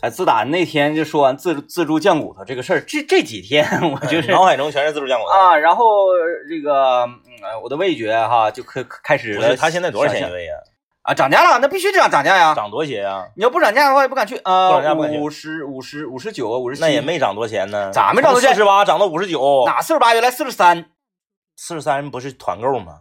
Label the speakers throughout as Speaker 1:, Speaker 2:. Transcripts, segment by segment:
Speaker 1: 哎，自打那天就说完自自助酱骨头这个事儿，这这几 天我 就是
Speaker 2: 脑海中全是自助酱骨头。
Speaker 1: 啊，然后这个嗯呃我的味觉哈就开开始
Speaker 2: 不
Speaker 1: 了。
Speaker 2: 是，他现在多少钱一
Speaker 1: 想象
Speaker 2: 位呀？
Speaker 1: 啊？涨价了，那必须涨涨价啊呀！
Speaker 2: 涨多些呀？
Speaker 1: 你要不涨价的话，也不敢去。
Speaker 2: 不
Speaker 1: 呃
Speaker 2: 涨价不敢，去
Speaker 1: 五十五十五十九啊，五十七，
Speaker 2: 那也没涨多钱呢，
Speaker 1: 咋没涨多钱
Speaker 2: 四十八涨到五十九，
Speaker 1: 哪四十八，原来四十三。
Speaker 2: 四十三不是团购吗？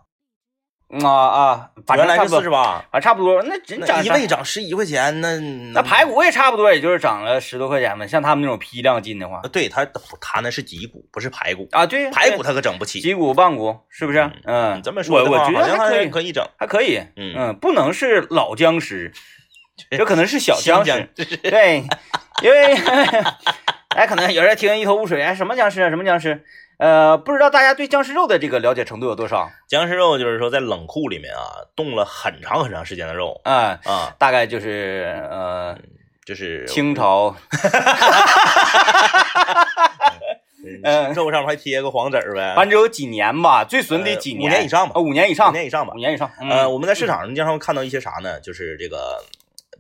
Speaker 1: 嗯啊啊，反
Speaker 2: 原
Speaker 1: 正
Speaker 2: 来
Speaker 1: 差
Speaker 2: 是
Speaker 1: 不多
Speaker 2: 四十八，
Speaker 1: 啊，差不多。那真
Speaker 2: 那
Speaker 1: 涨
Speaker 2: 一
Speaker 1: 涨
Speaker 2: 位涨十一块钱，那
Speaker 1: 那
Speaker 2: 那
Speaker 1: 排骨也差不多，也就是涨了十多块钱吧。像他们那种批量进的话，
Speaker 2: 对他他那是脊骨，不是排骨，
Speaker 1: 啊，对呀，
Speaker 2: 呃排骨
Speaker 1: 对
Speaker 2: 他可整不起。
Speaker 1: 脊骨、棒骨，是不是？嗯，
Speaker 2: 你这么说的
Speaker 1: 我我
Speaker 2: 话，
Speaker 1: 觉
Speaker 2: 好
Speaker 1: 得
Speaker 2: 像
Speaker 1: 还可
Speaker 2: 还
Speaker 1: 以，
Speaker 2: 可以整。
Speaker 1: 还可以。
Speaker 2: 嗯
Speaker 1: 不能是老僵尸，有可能是小僵
Speaker 2: 新
Speaker 1: 尸。对，因为哎，可能有人听一头雾水，哎，什么僵尸啊，什么僵尸？呃，不知道大家对僵尸肉的这个了解程度有多少？
Speaker 2: 僵尸肉就是说在冷库里面啊，冻了很长很长时间的肉
Speaker 1: 啊、
Speaker 2: 啊，
Speaker 1: 大概就是呃，
Speaker 2: 就是
Speaker 1: 清朝嗯呃
Speaker 2: 嗯肉上面还贴个黄纸儿呗，
Speaker 1: 反正有几年吧，最损得
Speaker 2: 啊呃
Speaker 1: 几
Speaker 2: 五
Speaker 1: 年，
Speaker 2: 年以上吧
Speaker 1: 啊五年以上
Speaker 2: 五，年以上吧
Speaker 1: 五。年以上。嗯
Speaker 2: 呃，我们在市场上经常会看到一些啥呢？就是这个，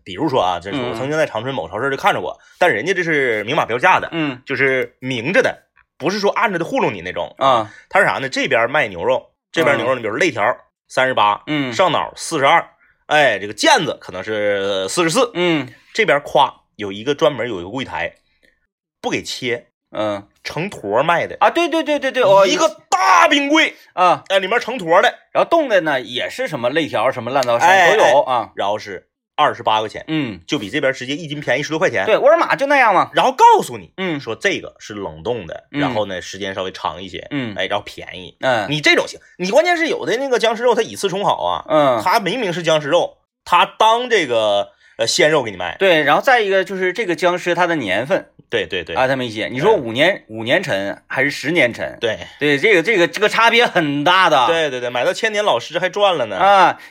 Speaker 2: 比如说啊，这是我
Speaker 1: 嗯
Speaker 2: 曾经在长春某超市就看着过，但人家这是明码标价的，
Speaker 1: 嗯
Speaker 2: 就是明着的，不是说暗着的糊弄你那种。
Speaker 1: 啊
Speaker 2: 它是啥呢？这边卖牛肉，这边牛肉，你比如肋条三十八，
Speaker 1: 嗯
Speaker 2: 上脑四十二，哎，这个腱子可能是四十四。
Speaker 1: 嗯
Speaker 2: 这边夸有一个专门有一个柜台，不给切，
Speaker 1: 嗯
Speaker 2: 成坨卖的，
Speaker 1: 啊，对对对对对，哦
Speaker 2: 一个大冰柜，
Speaker 1: 啊，
Speaker 2: 哎，里面成坨的，
Speaker 1: 然后冻的呢也是什么肋条什么烂糟什
Speaker 2: 哎
Speaker 1: 么都有
Speaker 2: 哎
Speaker 1: 啊，
Speaker 2: 然后是二十八块钱，
Speaker 1: 嗯，
Speaker 2: 就比这边直接一斤便宜十多块钱。
Speaker 1: 对，沃尔玛就那样嘛，
Speaker 2: 然后告诉你
Speaker 1: 嗯
Speaker 2: 说这个是冷冻的，
Speaker 1: 嗯
Speaker 2: 然后呢时间稍微长一些，
Speaker 1: 嗯
Speaker 2: 哎，然后便宜。
Speaker 1: 嗯
Speaker 2: 你这种行，你关键是有的那个僵尸肉它以次充好啊，
Speaker 1: 嗯，
Speaker 2: 它明明是僵尸肉，它当这个呃鲜肉给你卖。
Speaker 1: 对，然后再一个就是这个僵尸它的年份
Speaker 2: 对对对
Speaker 1: 啊，他没写，你说五年五年陈还是十年陈？
Speaker 2: 对
Speaker 1: 对，这个这个这个差别很大的，
Speaker 2: 对对对，买到千年老师还赚了呢。
Speaker 1: 啊，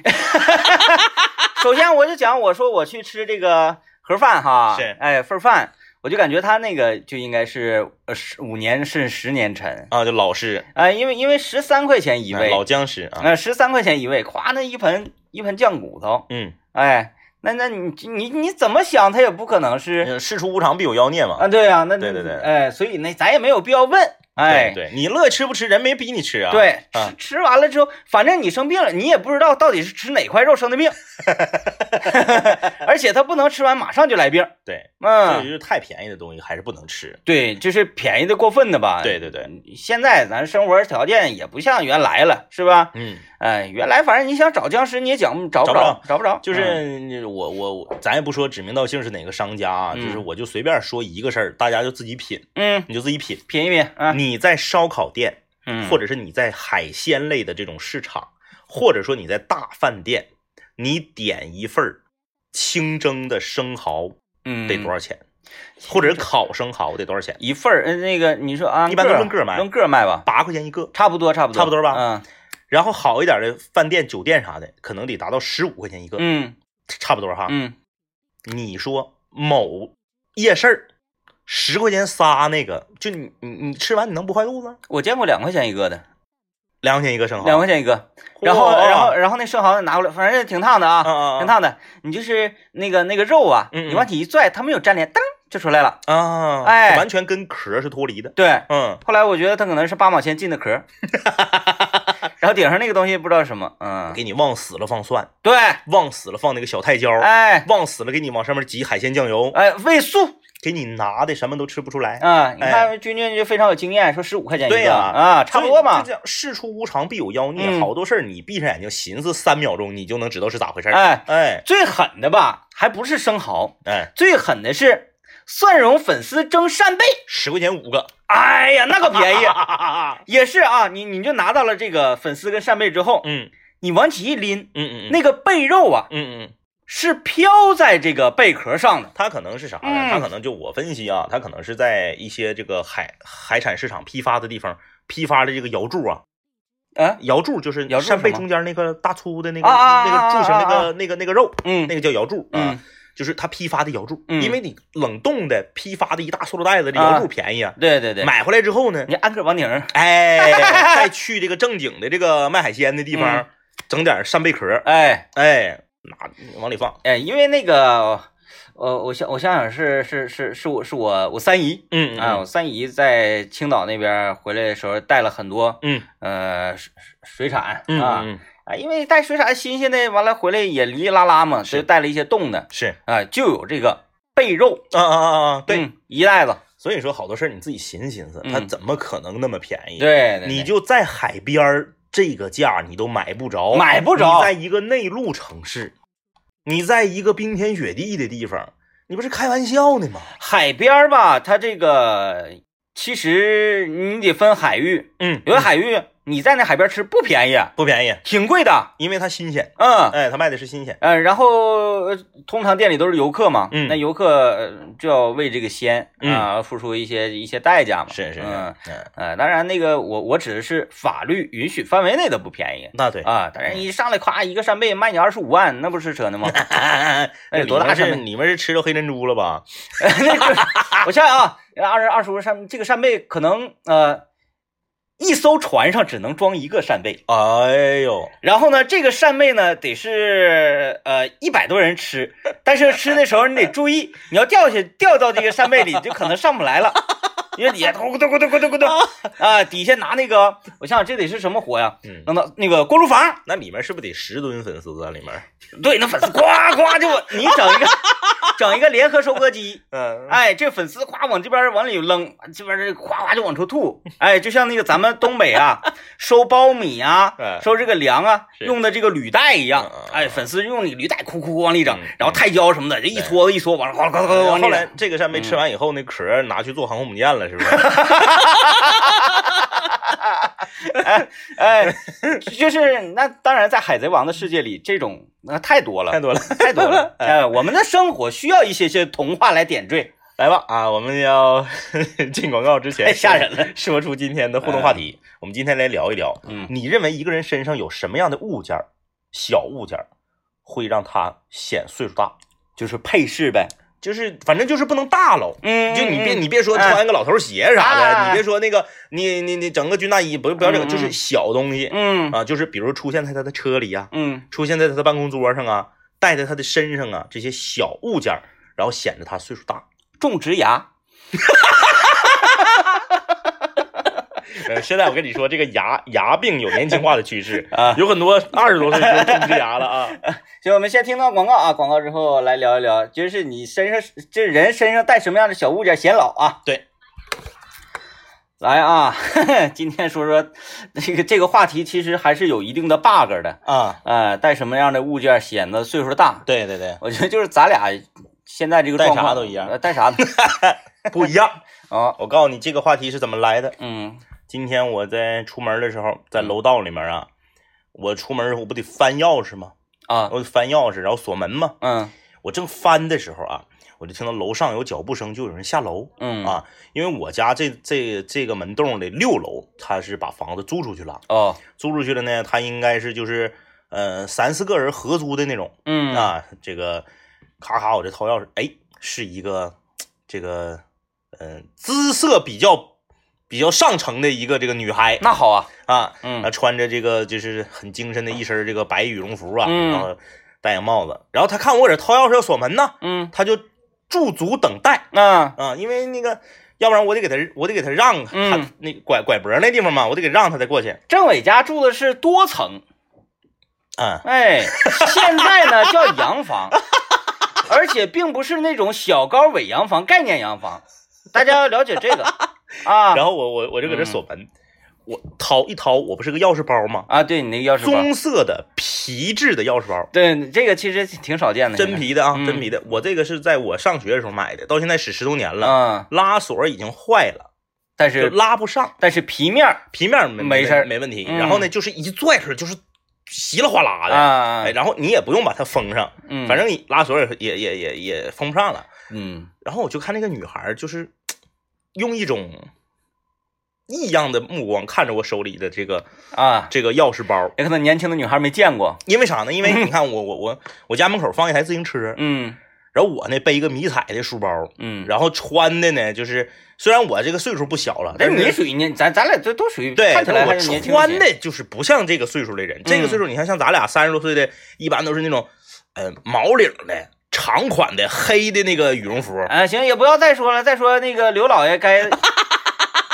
Speaker 1: 首先我就讲，我说我去吃这个盒饭哈，
Speaker 2: 是
Speaker 1: 哎份儿饭，我就感觉它那个就应该是呃十五年甚至十年陈，
Speaker 2: 啊，就老师，
Speaker 1: 哎，因为因为十三块钱一位，
Speaker 2: 老僵尸啊，
Speaker 1: 呃，十三块钱一位，咵，那一盆一盆酱骨头，
Speaker 2: 嗯，
Speaker 1: 哎，那那你你你怎么想，它也不可能是
Speaker 2: 呃事出无常必有妖孽嘛
Speaker 1: 啊，。对呀、那
Speaker 2: 对对对
Speaker 1: 哎，所以那咱也没有必要问，哎，
Speaker 2: 对对你乐意吃不吃，人没逼你吃啊。，
Speaker 1: 对
Speaker 2: 啊
Speaker 1: 吃吃完了之后，反正你生病了，你也不知道到底是吃哪块肉生的 病，而且它不能吃完马上就来病，
Speaker 2: 对，这就
Speaker 1: 嗯，
Speaker 2: 是太便宜的东西还是不能吃。
Speaker 1: 对，就是便宜的过分的吧，嗯
Speaker 2: 对对对，
Speaker 1: 现在咱生活条件也不像原来了，是吧？
Speaker 2: 嗯，
Speaker 1: 哎，原来反正你想找僵尸你也讲找不
Speaker 2: 找
Speaker 1: 着，找不着，
Speaker 2: 就是你我我我，咱也不说指名道姓是哪个商家啊，
Speaker 1: 嗯
Speaker 2: 就是我就随便说一个事儿，大家就自己品，
Speaker 1: 嗯，嗯
Speaker 2: 你就自己品。
Speaker 1: 品一品啊，
Speaker 2: 你在烧烤店，
Speaker 1: 嗯，
Speaker 2: 或
Speaker 1: 者
Speaker 2: 者是你在海鲜类的这种市场，或者说你在大饭店，你点一份儿清蒸的生蚝
Speaker 1: 嗯
Speaker 2: 得多少钱，或者是烤生蚝得多少钱？
Speaker 1: 一份儿？呃那个你说啊，
Speaker 2: 一般都
Speaker 1: 个儿
Speaker 2: 论个儿卖
Speaker 1: 论个儿卖吧，
Speaker 2: 八块钱一个。
Speaker 1: 差不多，差不多，
Speaker 2: 差不多吧
Speaker 1: 嗯
Speaker 2: 然后好一点的饭店、酒店啥的，可能得达到十五块钱一个，
Speaker 1: 嗯
Speaker 2: 差不多哈。
Speaker 1: 嗯，
Speaker 2: 你说某夜市儿十块钱仨那个，就你你你吃完你能不坏肚子？
Speaker 1: 我见过两块钱一个的，
Speaker 2: 两块钱一个生蚝，
Speaker 1: 两块钱一个，
Speaker 2: 嗯嚯，
Speaker 1: 然后然后然后那生蚝拿过来，反正挺烫的啊，
Speaker 2: 啊
Speaker 1: 挺烫的。你就是那个那个肉啊，
Speaker 2: 嗯嗯
Speaker 1: 你往起一拽，它没有粘连，噔就出来了。
Speaker 2: 啊啊，
Speaker 1: 哎
Speaker 2: 完全跟壳是脱离的，
Speaker 1: 对，
Speaker 2: 嗯，
Speaker 1: 后来我觉得它可能是八毛钱进的 壳，然后顶上那个东西不知道是什么，嗯，
Speaker 2: 给你往死了放蒜，
Speaker 1: 对，
Speaker 2: 往死了放那个小泰椒，
Speaker 1: 哎
Speaker 2: 往死了给你往上面挤海鲜酱油，
Speaker 1: 哎，味素
Speaker 2: 给你拿的什么都吃不出来。
Speaker 1: 啊，你
Speaker 2: 哎
Speaker 1: 看君君就非常有经验，说十五块钱一
Speaker 2: 对
Speaker 1: 个
Speaker 2: 呀
Speaker 1: 啊，差不多
Speaker 2: 所以
Speaker 1: 嘛
Speaker 2: 就，这样，事出无常必有妖孽，
Speaker 1: 嗯
Speaker 2: 好多事儿你闭上眼睛寻思三秒钟，你就能知道是咋回事儿。
Speaker 1: 哎，
Speaker 2: 哎
Speaker 1: 最狠的吧，还不是生蚝，
Speaker 2: 哎，
Speaker 1: 最狠的是蒜蓉粉丝蒸扇贝，
Speaker 2: 十块钱五个，
Speaker 1: 哎呀，那个便宜。
Speaker 2: 啊，
Speaker 1: 也是啊，你你就拿到了这个粉丝跟扇贝之后，
Speaker 2: 嗯
Speaker 1: 你往起一拎，
Speaker 2: 嗯嗯，
Speaker 1: 那个贝肉啊
Speaker 2: 嗯嗯，
Speaker 1: 是飘在这个贝壳上的。
Speaker 2: 它可能是啥呢？
Speaker 1: 嗯
Speaker 2: 它可能就我分析啊，它可能是在一些这个海海产市场批发的地方批发的这个瑶柱啊，
Speaker 1: 啊，
Speaker 2: 瑶柱就是
Speaker 1: 瑶柱
Speaker 2: 扇贝
Speaker 1: 什么
Speaker 2: 中间那个大粗的那个
Speaker 1: 啊啊啊
Speaker 2: 那个柱形
Speaker 1: 啊
Speaker 2: 那
Speaker 1: 啊
Speaker 2: 个那个那个肉，
Speaker 1: 嗯
Speaker 2: 那个叫瑶柱啊
Speaker 1: 嗯，，
Speaker 2: 就是它批发的瑶柱，
Speaker 1: 嗯
Speaker 2: 因为你冷冻的批发的一大塑料袋子的瑶柱
Speaker 1: 啊
Speaker 2: 便宜啊，
Speaker 1: 对对对，嗯
Speaker 2: 买回来之后呢
Speaker 1: 你，安可王宁，
Speaker 2: 哎，再去这个正经的这个卖海鲜的地方
Speaker 1: 嗯，
Speaker 2: 整点扇贝壳，
Speaker 1: 哎
Speaker 2: 哎，拿往里放，
Speaker 1: 哎，因为那个我我想我想想是是是是我是我我三姨
Speaker 2: 嗯嗯
Speaker 1: 啊，我三姨在青岛那边回来的时候带了很多
Speaker 2: 嗯
Speaker 1: 呃水水产
Speaker 2: 嗯
Speaker 1: 啊
Speaker 2: 嗯嗯
Speaker 1: 啊，因为带水产新鲜的，完了回来也哩哩啦啦嘛，
Speaker 2: 是
Speaker 1: 就带了一些冻的
Speaker 2: 是
Speaker 1: 啊，就有这个贝肉，
Speaker 2: 啊啊啊啊对，
Speaker 1: 嗯，一袋子，
Speaker 2: 所以说好多事儿你自己寻思寻思，
Speaker 1: 嗯
Speaker 2: 它怎么可能那么便宜？
Speaker 1: 对，对
Speaker 2: 你
Speaker 1: 对
Speaker 2: 就在海边儿这个价你都买不着，
Speaker 1: 买不着
Speaker 2: 你在一个内陆城市，你在一个冰天雪地的地方，你不是开玩笑呢吗？
Speaker 1: 海边儿吧，它这个其实你得分海域，
Speaker 2: 嗯
Speaker 1: 有的海域你在那海边吃不便宜，啊
Speaker 2: 不便宜，
Speaker 1: 挺贵的，
Speaker 2: 因为它新鲜。
Speaker 1: 嗯。
Speaker 2: 哎，它卖的是新鲜。
Speaker 1: 呃，然后呃通常店里都是游客嘛，
Speaker 2: 嗯
Speaker 1: 那游客呃就要为这个鲜
Speaker 2: 嗯
Speaker 1: 啊、付出一些一些代价嘛，
Speaker 2: 是是是，
Speaker 1: 嗯
Speaker 2: 嗯，
Speaker 1: 呃，当然那个我我指的是法律允许范围内的不便宜
Speaker 2: 那对，
Speaker 1: 啊，当然一上来夸一个扇贝卖你二十五万，那不是扯呢 吗？
Speaker 2: 那
Speaker 1: 哎多大
Speaker 2: 是
Speaker 1: 扇贝？
Speaker 2: 你们是吃着黑珍珠了吧？
Speaker 1: 我想想啊，二十二十五扇这个扇贝可能呃，一艘船上只能装一个扇贝，
Speaker 2: 哎呦，
Speaker 1: 然后呢，这个扇贝呢得是呃一百多人吃，但是吃的时候你得注意，你要掉下去掉到这个扇贝里，就可能上不来了。因为底
Speaker 2: 哎
Speaker 1: 下咕咚咕咚咕咚咕咚啊，底下拿那个，我想想这得是什么火呀？
Speaker 2: 嗯，
Speaker 1: 那那那个锅炉房，
Speaker 2: 那里面是不是得十吨粉丝啊？里 面，
Speaker 1: 对，那粉丝呱呱就往你整一个整一个联合收割机，
Speaker 2: 嗯
Speaker 1: 哎，这粉丝夸往这边往里扔，这边这夸夸就往出 吐，哎，就像那个咱们东北啊收苞米啊
Speaker 2: 哎，
Speaker 1: 收这个粮啊
Speaker 2: 是
Speaker 1: 用的这个履带一样
Speaker 2: 嗯嗯，嗯
Speaker 1: 哎，粉丝用那个履带哭哭往里整
Speaker 2: 嗯，哎
Speaker 1: 然后泰胶什么的，这一撮一撮往哗啦哗啦哗啦往里
Speaker 2: 后来
Speaker 1: 整。
Speaker 2: 这个扇贝吃完以后，那壳儿拿去做航空母舰了，是不是？
Speaker 1: 哎，就是那当然，在海贼王的世界里，这种那、太多了，
Speaker 2: 太多了，
Speaker 1: 太多了。哎，我们的生活需要一些些童话来点缀。
Speaker 2: 来吧啊！我们要 进广告之前，
Speaker 1: 太哎吓人了，
Speaker 2: 说出今天的互动话题。我们今天来聊一聊，
Speaker 1: 嗯
Speaker 2: 你认为一个人身上有什么样的物件儿、小物件儿会让他显岁数大？
Speaker 1: 就是配饰呗。
Speaker 2: 就是反正就是不能大喽。
Speaker 1: 嗯
Speaker 2: 就
Speaker 1: 就你
Speaker 2: 你别
Speaker 1: 别你
Speaker 2: 你别说
Speaker 1: 哎
Speaker 2: 穿个老头儿鞋啥的，
Speaker 1: 啊
Speaker 2: 你别说那个你你你整个军大衣，不不要这个，
Speaker 1: 嗯
Speaker 2: 就是小东西、
Speaker 1: 嗯
Speaker 2: 啊，就是比如出现在他的车里呀、
Speaker 1: 嗯
Speaker 2: 出现在他的办公桌上啊，带在他的身上啊，这些小物件儿，然后显得他岁数大。
Speaker 1: 种植牙，
Speaker 2: 呃，现在我跟你说，这个牙牙病有年轻化的趋 势
Speaker 1: 啊
Speaker 2: 有很多二十多岁就种植牙了啊。
Speaker 1: 行，我们先听到广告啊，广告之后来聊一聊，就是你身上这人身上带什么样的小物件显老啊？
Speaker 2: 对，
Speaker 1: 来啊， 今天说说这个这个话题，其实还是有一定的 bug 的，
Speaker 2: 啊，
Speaker 1: 呃，带什么样的物件显得岁数大？
Speaker 2: 对对对，
Speaker 1: 我觉得就是咱俩现在这个状况
Speaker 2: 带啥都一样
Speaker 1: 呃带啥 都
Speaker 2: 不一样。
Speaker 1: 啊，
Speaker 2: 我告诉你，这个话题是怎么来的。
Speaker 1: 嗯
Speaker 2: 今天我在出门的时候，在楼道里面啊，我出门我不得翻钥匙吗？
Speaker 1: 啊
Speaker 2: 我翻钥匙，然后锁门嘛。
Speaker 1: 嗯
Speaker 2: 我正翻的时候啊，我就听到楼上有脚步声，就有人下楼
Speaker 1: 嗯
Speaker 2: 啊。因为我家这这这个门洞的六楼，他是把房子租出去了，
Speaker 1: 哦
Speaker 2: 租出去了呢，他应该是就是呃三四个人合租的那种
Speaker 1: 嗯
Speaker 2: 啊。这个咔咔，我这掏钥匙，哎，是一个这个嗯、呃姿色比较比较上乘的一个这个女孩
Speaker 1: 那好啊，
Speaker 2: 啊，
Speaker 1: 嗯
Speaker 2: 啊，穿着这个就是很精神的一身这个白羽绒服啊，
Speaker 1: 嗯
Speaker 2: 然后戴个帽子，然后他看我搁这掏钥匙要锁门呢，
Speaker 1: 嗯
Speaker 2: 他就驻足等待
Speaker 1: 啊
Speaker 2: 啊，因为那个，要不然我得给他，我得给他让他、
Speaker 1: 嗯
Speaker 2: 那拐拐脖那地方嘛，我得给让他再过去，
Speaker 1: 政委家住的是多层。
Speaker 2: 啊，
Speaker 1: 哎，现在呢叫洋房，而且并不是那种小高尾洋房、概念洋房，大家要了解 这个啊
Speaker 2: 然后我我我就搁这锁门，我掏一掏，我不是个钥匙包吗？
Speaker 1: 啊！对你那个钥匙包，
Speaker 2: 棕色的皮质的钥匙包。
Speaker 1: 对这个其实挺少见的，
Speaker 2: 真皮的啊，
Speaker 1: 嗯
Speaker 2: 真皮的！我这个是在我上学的时候买的，到现在使十多年
Speaker 1: 啊、
Speaker 2: 了，
Speaker 1: 嗯
Speaker 2: 拉锁已经坏了，
Speaker 1: 但
Speaker 2: 就是拉不上。
Speaker 1: 但是皮面儿
Speaker 2: 皮面没
Speaker 1: 没事儿
Speaker 2: 没问题。
Speaker 1: 嗯
Speaker 2: 然后呢，就是一拽出来就是稀里哗啦的，
Speaker 1: 啊
Speaker 2: 哎，，然后你也不用把它封上，
Speaker 1: 嗯，
Speaker 2: 反正你拉锁也也也也也封不上了。
Speaker 1: 嗯
Speaker 2: 然后我就看那个女孩儿，就是用一种异样的目光看着我手里的这个
Speaker 1: 啊，
Speaker 2: 这个钥匙包，
Speaker 1: 也可能年轻的女孩没见过，
Speaker 2: 因为啥呢？因为你看我我我我家门口放一台自行车，
Speaker 1: 嗯
Speaker 2: 然后我呢背一个迷彩的书包。
Speaker 1: 嗯，
Speaker 2: 然后穿的呢，就是虽然我这个岁数不小了，但
Speaker 1: 但
Speaker 2: 是
Speaker 1: 是哎你属于年，咱咱俩这都属于
Speaker 2: 对，
Speaker 1: 看起来
Speaker 2: 我
Speaker 1: 还是年轻一
Speaker 2: 穿
Speaker 1: 些嗯
Speaker 2: 的就是不像这个岁数的人。这个岁数，你看像咱俩三十多岁的，一般都是那种，呃，毛领的、长款的黑的那个羽绒服，
Speaker 1: 啊，行，也不要再说了，再说那个刘老爷该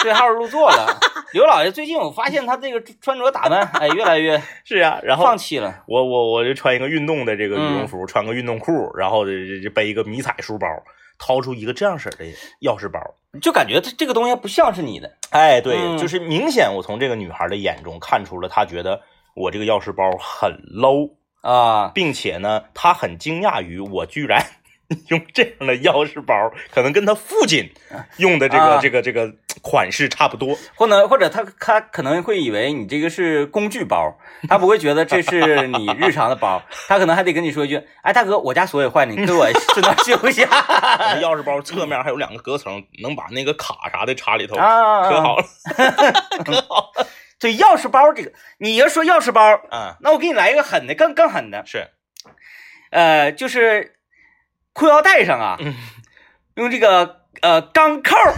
Speaker 1: 对号入座了。刘老爷最近我发现他这个穿着打扮，哎，越来越
Speaker 2: 是啊，然后
Speaker 1: 放弃了。
Speaker 2: 我我我就穿一个运动的这个羽
Speaker 1: 嗯
Speaker 2: 绒服，穿个运动裤，然后这这背一个迷彩书包，掏出一个这样式儿的钥匙包。
Speaker 1: 就感觉这这个东西不像是你的，
Speaker 2: 哎，对，
Speaker 1: 嗯
Speaker 2: 就是明显我从这个女孩的眼中看出了，她觉得我这个钥匙包很 low，
Speaker 1: 啊，
Speaker 2: 并且呢，她很惊讶于我居然 用这样的钥匙包，可能跟她父亲用的这个、
Speaker 1: 啊
Speaker 2: 这个这个款式差不多。
Speaker 1: 或者或者他他可能会以为你这个是工具包，他不会觉得这是你日常的包，他可能还得跟你说一句，哎，大哥，我家锁也坏了，你给我顺道修一下
Speaker 2: 我那钥匙包侧面还有两个隔层，能把那个卡啥的插里头，
Speaker 1: 啊，
Speaker 2: 可好了。
Speaker 1: 这钥匙包这个，你要说钥匙包，
Speaker 2: 嗯，
Speaker 1: 那我给你来一个狠的，更更狠的，
Speaker 2: 是，
Speaker 1: 呃，就是裤腰带上啊，
Speaker 2: 嗯
Speaker 1: 用这个呃钢扣儿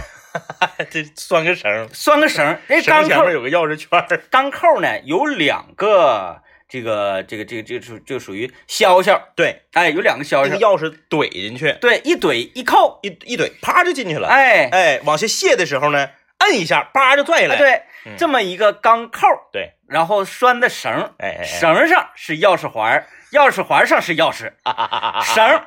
Speaker 2: 这拴个绳儿，
Speaker 1: 拴个绳儿，那
Speaker 2: 绳儿
Speaker 1: 钢扣
Speaker 2: 前面
Speaker 1: 儿
Speaker 2: 有个钥匙圈儿。
Speaker 1: 钢扣儿呢有两个这个这个这个这个这个这个属于销销，
Speaker 2: 对，
Speaker 1: 哎，有两个销
Speaker 2: 那个
Speaker 1: 销，
Speaker 2: 钥匙怼进去，
Speaker 1: 对，一怼一扣，
Speaker 2: 一一怼，啪就进去了。
Speaker 1: 哎，
Speaker 2: 哎，往下卸的时候呢，摁一下，叭就拽下来。
Speaker 1: 哎对，
Speaker 2: 嗯
Speaker 1: 这么一个钢扣儿，
Speaker 2: 对
Speaker 1: 然后拴的绳儿，
Speaker 2: 哎哎哎
Speaker 1: 绳儿上是钥匙环儿，钥匙环儿上是钥匙，绳儿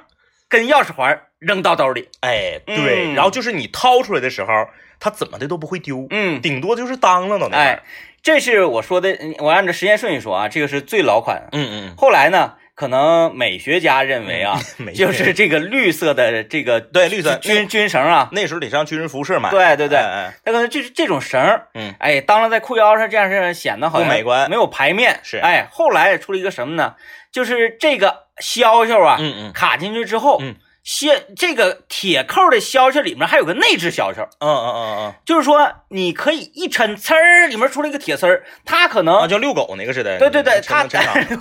Speaker 1: 跟钥匙环儿扔到兜里，
Speaker 2: 哎，对，
Speaker 1: 嗯
Speaker 2: 然后就是你掏出来的时候，它怎么的都不会丢，
Speaker 1: 嗯。
Speaker 2: 顶多就是当啷到那
Speaker 1: 哎
Speaker 2: 儿。，
Speaker 1: 这是我说的，嗯我按照时间顺序说啊，这个是最老款。
Speaker 2: 嗯
Speaker 1: 后来呢，可能美学家认为啊，
Speaker 2: 嗯，没
Speaker 1: 就
Speaker 2: 事
Speaker 1: 是这个绿色的这个
Speaker 2: 对绿色
Speaker 1: 军军绳啊，
Speaker 2: 那时候得上军人服务社买。
Speaker 1: 对对对
Speaker 2: 哎哎
Speaker 1: 它可能就是这种绳儿，
Speaker 2: 嗯，
Speaker 1: 哎，当了在裤腰上这样是显得好像
Speaker 2: 不美观
Speaker 1: 没有排面。
Speaker 2: 是
Speaker 1: 哎，后来出了一个什么呢？就是这个销销啊，
Speaker 2: 嗯嗯
Speaker 1: 卡进去之后，
Speaker 2: 嗯
Speaker 1: 先这个铁扣的销销里面还有个内置销销，
Speaker 2: 嗯嗯嗯嗯
Speaker 1: 就是说你可以一抻，呲儿里面出来一个铁丝儿，它可能
Speaker 2: 嗯，啊，就遛狗那个似的。
Speaker 1: 对对对，
Speaker 2: 抻
Speaker 1: 他
Speaker 2: 抻长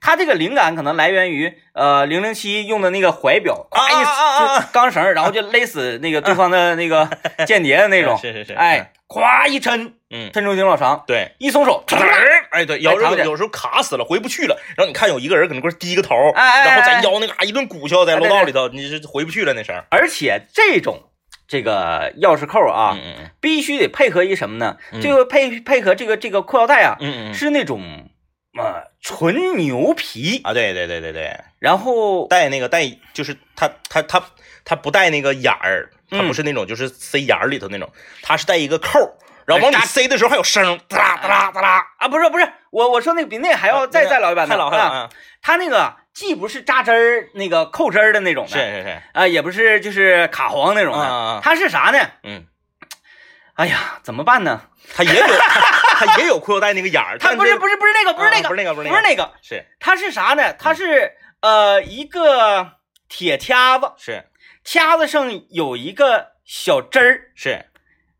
Speaker 1: 他这个灵感可能来源于呃零零七用的那个怀表，
Speaker 2: 啊
Speaker 1: 咔一
Speaker 2: 啊啊啊
Speaker 1: 就钢绳儿，然后就勒死那个对方的那 个间谍的那种，
Speaker 2: 是是是，
Speaker 1: 哎，咵一抻，
Speaker 2: 嗯，
Speaker 1: 抻出警老长，
Speaker 2: 对。
Speaker 1: 一松手，
Speaker 2: 嘚儿哎，对，有时
Speaker 1: 长
Speaker 2: 候
Speaker 1: 点
Speaker 2: 有时候卡死了，回不去了。然后你看有一个人搁那块儿低个头，
Speaker 1: 哎哎哎
Speaker 2: 然后在腰那嘎、啊一顿鼓敲，在
Speaker 1: 哎
Speaker 2: 楼
Speaker 1: 对
Speaker 2: 道
Speaker 1: 对
Speaker 2: 里头，你是回不去了那声儿。
Speaker 1: 而且这种这个钥匙扣啊，
Speaker 2: 嗯嗯
Speaker 1: 必须得配合一什么呢？
Speaker 2: 嗯
Speaker 1: 这个配配合这个这个裤腰带啊，
Speaker 2: 嗯嗯嗯，
Speaker 1: 是那种呃纯牛皮，
Speaker 2: 啊，对对对对对，
Speaker 1: 然后
Speaker 2: 带那个带就是它它它它不带那个眼儿，它
Speaker 1: 嗯
Speaker 2: 不是那种就是塞眼儿里头那种，它是带一个扣儿，然后往里
Speaker 1: 哎嘎
Speaker 2: 塞的时候还有声儿，哒啦哒啦哒啦，
Speaker 1: 啊不是不是，我我说那个比那个还要哎再
Speaker 2: 那个
Speaker 1: 再老一版的，
Speaker 2: 太老太
Speaker 1: 啊
Speaker 2: 老，嗯
Speaker 1: 它那个既不是扎针儿那个扣针儿的那种
Speaker 2: 是
Speaker 1: 的，
Speaker 2: 是是，
Speaker 1: 啊、也不是就是卡簧那种的，
Speaker 2: 啊啊啊
Speaker 1: 它是啥呢？
Speaker 2: 嗯，
Speaker 1: 哎呀，怎么办呢？
Speaker 2: 它也有 它它也有裤腰带那个眼儿，
Speaker 1: 它
Speaker 2: 但
Speaker 1: 不是
Speaker 2: 这
Speaker 1: 不是不是那个不是那
Speaker 2: 啊
Speaker 1: 个、
Speaker 2: 不是那个不
Speaker 1: 不是
Speaker 2: 是那个嗯
Speaker 1: 那个，
Speaker 2: 是
Speaker 1: 它是啥呢？它是呃一个铁夹子，
Speaker 2: 是
Speaker 1: 夹子上有一个小针儿，
Speaker 2: 是，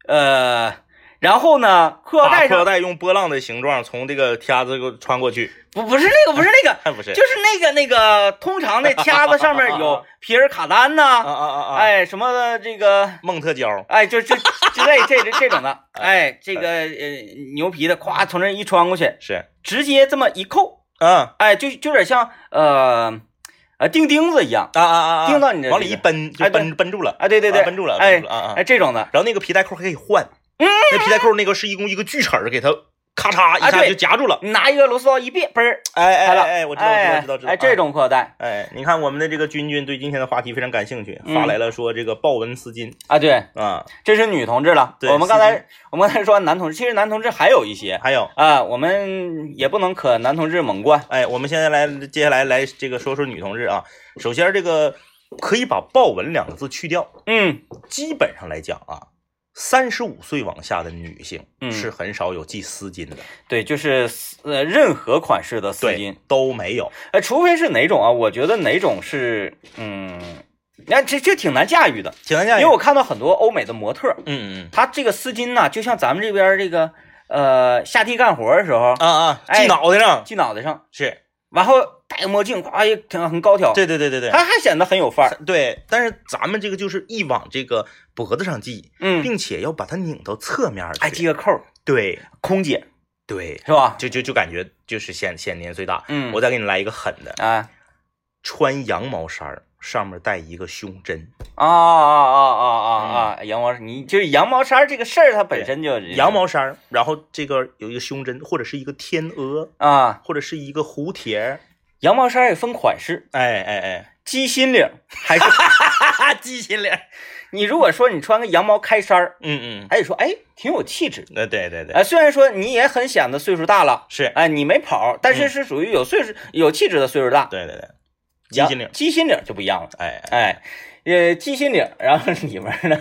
Speaker 1: 呃，然后呢裤腰
Speaker 2: 把
Speaker 1: 带
Speaker 2: 裤腰
Speaker 1: 上
Speaker 2: 带用波浪的形状从这个夹子给我穿过去，
Speaker 1: 不不是那个不是 那个，
Speaker 2: 还不是
Speaker 1: 就是那个那个通常的夹子上面 有皮尔卡丹呐、
Speaker 2: 啊啊啊啊，
Speaker 1: 哎什么的这个。
Speaker 2: 梦特娇，
Speaker 1: 哎，就就之类这这这种 的，哎，这个呃牛皮的，咵从这一穿过去，
Speaker 2: 是
Speaker 1: 直接这么一扣，
Speaker 2: 啊
Speaker 1: 哎，就就有点像呃呃钉钉子一样，
Speaker 2: 啊啊啊，
Speaker 1: 钉到你的
Speaker 2: 往
Speaker 1: 这
Speaker 2: 里一
Speaker 1: 个
Speaker 2: 奔就
Speaker 1: 哎对
Speaker 2: 奔奔住了，
Speaker 1: 哎，对对对，
Speaker 2: 啊奔住了，
Speaker 1: 哎
Speaker 2: 奔住了啊啊。
Speaker 1: 哎这种的，
Speaker 2: 然后那个皮带扣还可以换，那皮带扣那个是一共一个锯齿儿，给它咔嚓一
Speaker 1: 啊
Speaker 2: 下
Speaker 1: 对
Speaker 2: 就夹住了。
Speaker 1: 你拿一个螺丝刀一别，嘣儿
Speaker 2: 哎哎
Speaker 1: 开了，
Speaker 2: 哎哎，我知道，我知道，
Speaker 1: 哎
Speaker 2: 知道，知道。
Speaker 1: 哎，这种裤腰带
Speaker 2: 啊，哎，你看我们的这个君君对今天的话题非常感兴趣，
Speaker 1: 嗯
Speaker 2: 发来了说这个豹纹丝巾
Speaker 1: 啊，对，
Speaker 2: 啊，
Speaker 1: 这是女同志了，
Speaker 2: 对
Speaker 1: 我们刚
Speaker 2: 司
Speaker 1: 才我们刚才说男同志，其实男同志还有一些
Speaker 2: 还有，
Speaker 1: 啊，我们也不能可男同志猛灌，
Speaker 2: 哎，我们现在来，接下来来这个说说女同志啊，首先这个可以把豹纹两个字去掉，
Speaker 1: 嗯
Speaker 2: 基本上来讲啊。三十五岁往下的女性
Speaker 1: 嗯
Speaker 2: 是很少有系丝巾的，
Speaker 1: 对，就是丝呃任何款式的丝巾
Speaker 2: 对。，都没有。
Speaker 1: 呃，除非是哪种啊？我觉得哪种是，嗯，那这这挺难驾驭的，
Speaker 2: 请大
Speaker 1: 因
Speaker 2: 家，
Speaker 1: 为我看到很多欧美的模特儿，
Speaker 2: 嗯嗯
Speaker 1: 她这个丝巾呐、就像咱们这边儿这个，呃，下地干活儿的时候
Speaker 2: 嗯啊啊，
Speaker 1: 哎
Speaker 2: 系脑袋上
Speaker 1: 系脑袋上，
Speaker 2: 是
Speaker 1: 然后戴个墨镜，夸也挺很高挑，
Speaker 2: 对对对对对，
Speaker 1: 她还显得很有范儿，
Speaker 2: 对，但是咱们这个就是一往这个脖子上系，
Speaker 1: 嗯，
Speaker 2: 并且要把它拧到侧面儿去。
Speaker 1: 哎，系个扣儿，
Speaker 2: 对
Speaker 1: 空姐
Speaker 2: 对，
Speaker 1: 是吧？
Speaker 2: 就就就感觉就是显显年岁大。
Speaker 1: 嗯
Speaker 2: 我再给你来一个狠的，
Speaker 1: 啊，
Speaker 2: 穿羊毛衫儿上面带一个胸针，
Speaker 1: 啊啊啊啊
Speaker 2: 嗯
Speaker 1: 啊啊！羊毛，你就是羊毛衫儿这个事儿，它本身就
Speaker 2: 羊毛衫儿，然后这个有一个胸针，或者是一个天鹅，
Speaker 1: 啊，
Speaker 2: 或者是一个蝴蝶儿，
Speaker 1: 羊毛衫儿也分款式，
Speaker 2: 哎哎哎，
Speaker 1: 鸡心领儿还是
Speaker 2: 哈 哈，鸡心领儿，
Speaker 1: 你如果说你穿个羊毛开衫儿，
Speaker 2: 嗯嗯，
Speaker 1: 哎，你说哎挺有气质，
Speaker 2: 那对对对，
Speaker 1: 哎，虽然说你也很显得岁数大了，
Speaker 2: 是，
Speaker 1: 哎，你没跑，但是是属于有岁数、有气质的岁数大。
Speaker 2: 嗯对对对，鸡
Speaker 1: 羊
Speaker 2: 心领儿，
Speaker 1: 鸡心领儿就不一样了，
Speaker 2: 哎，哎
Speaker 1: 哎，呃，鸡心领儿，然后里面 呢，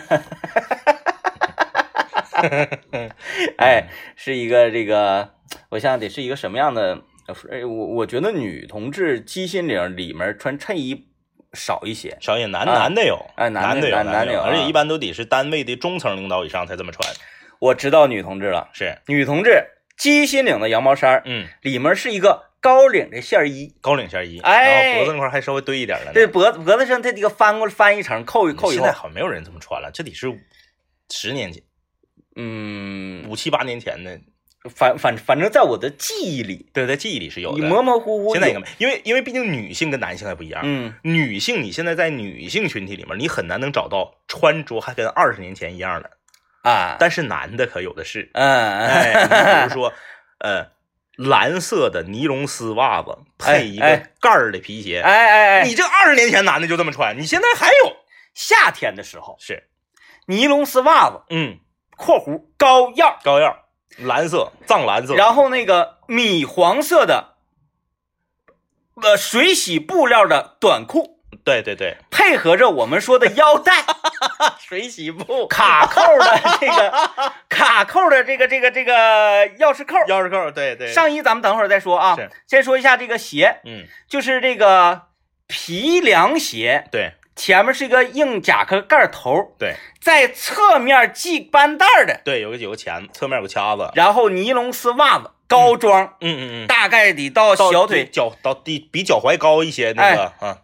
Speaker 2: 嗯
Speaker 1: 哎，是一个这个，我想想得是一个什么样的？哎，我我觉得女同志鸡心领儿里面穿衬衣少一些，
Speaker 2: 少有男
Speaker 1: 啊
Speaker 2: 男的有，
Speaker 1: 哎男的
Speaker 2: 男的有，
Speaker 1: 男
Speaker 2: 男
Speaker 1: 男的有
Speaker 2: 而且
Speaker 1: 啊
Speaker 2: 一般都得是单位的中层领导以上才这么穿，
Speaker 1: 我知道女同志了，
Speaker 2: 是，
Speaker 1: 女同志鸡心领的羊毛衫儿
Speaker 2: 嗯，
Speaker 1: 里面是一个高领的线儿衣，
Speaker 2: 高领线衣，
Speaker 1: 哎
Speaker 2: 然后脖子那块儿还稍微堆一点儿了呢，
Speaker 1: 这脖子脖子上它这个翻过翻一层，扣一扣一
Speaker 2: 嗯现
Speaker 1: 扣
Speaker 2: 在，好像没有人这么穿了，这得是十年前、
Speaker 1: 嗯，
Speaker 2: 五七八年前的，
Speaker 1: 反反反正在我的记忆里，
Speaker 2: 对，在记忆里是有
Speaker 1: 你
Speaker 2: 的。
Speaker 1: 模模糊糊
Speaker 2: 现在应该
Speaker 1: 有
Speaker 2: 没，因为因为毕竟女性跟男性还不一样。
Speaker 1: 嗯。
Speaker 2: 女性，你现在在女性群体里面，你很难能找到穿着还跟二十年前一样的。
Speaker 1: 啊，
Speaker 2: 但是男的可有的是，
Speaker 1: 嗯，
Speaker 2: 哎，你比如说，呃，蓝色的尼龙丝袜子
Speaker 1: 哎
Speaker 2: 配一个
Speaker 1: 哎
Speaker 2: 盖儿的皮鞋，
Speaker 1: 哎哎哎，
Speaker 2: 你这二十年前男的就这么穿，你现在还有
Speaker 1: 夏天的时候，
Speaker 2: 是，
Speaker 1: 尼龙丝袜子
Speaker 2: 嗯，
Speaker 1: （括弧高腰
Speaker 2: 高腰，蓝色，藏蓝），色，
Speaker 1: 然后那个米黄色的，呃，水洗布料的短裤，
Speaker 2: 对对对，
Speaker 1: 配合着我们说的腰带
Speaker 2: 水洗布，
Speaker 1: 卡扣的这个卡扣的这个这个这个钥匙扣。
Speaker 2: 钥匙扣，对对，
Speaker 1: 上衣咱们等会儿再说啊
Speaker 2: 是，
Speaker 1: 先说一下这个鞋，
Speaker 2: 嗯，
Speaker 1: 就是这个皮凉鞋，
Speaker 2: 对
Speaker 1: 前面是一个硬夹克盖儿头，
Speaker 2: 对
Speaker 1: 在侧面系绷带儿的，
Speaker 2: 对，有个有个钳，侧面有个卡子，
Speaker 1: 然后尼龙丝袜子，高装，
Speaker 2: 嗯嗯嗯，
Speaker 1: 大概得到
Speaker 2: 到
Speaker 1: 小
Speaker 2: 地
Speaker 1: 腿，哎
Speaker 2: 脚到地比脚踝高一些那个啊，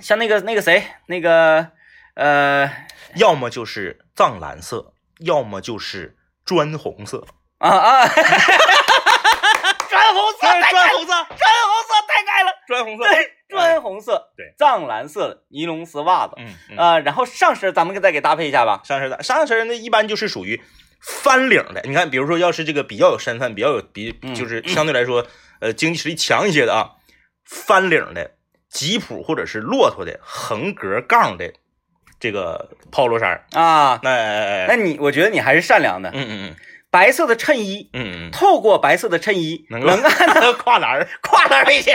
Speaker 1: 像那个那个谁，那个呃
Speaker 2: 要么就是藏蓝色，要么就是砖 红色，
Speaker 1: 啊啊，砖红色，
Speaker 2: 哎
Speaker 1: 太
Speaker 2: 砖
Speaker 1: 开了，
Speaker 2: 红色，
Speaker 1: 砖红色太开了，
Speaker 2: 砖红色，
Speaker 1: 对，砖红色，
Speaker 2: 哎对，
Speaker 1: 藏蓝色的尼龙丝袜子，
Speaker 2: 嗯嗯，
Speaker 1: 啊，然后上身咱们再给搭配一下吧，
Speaker 2: 上身的上身的一般就是属于翻领的，你看，比如说要是这个比较有身份，比较有比
Speaker 1: 嗯
Speaker 2: 就是相对来说呃经济实力强一些的啊，翻领的吉普或者是骆驼的横格杠的这个 polo 衫儿，
Speaker 1: 啊，
Speaker 2: 那哎哎
Speaker 1: 那你我觉得你还是善良的，
Speaker 2: 嗯嗯
Speaker 1: 白色的衬衣，
Speaker 2: 嗯嗯嗯，
Speaker 1: 透过白色的衬衣
Speaker 2: 能
Speaker 1: 能
Speaker 2: 够
Speaker 1: 按
Speaker 2: 他的 跨栏儿，
Speaker 1: 跨栏背心，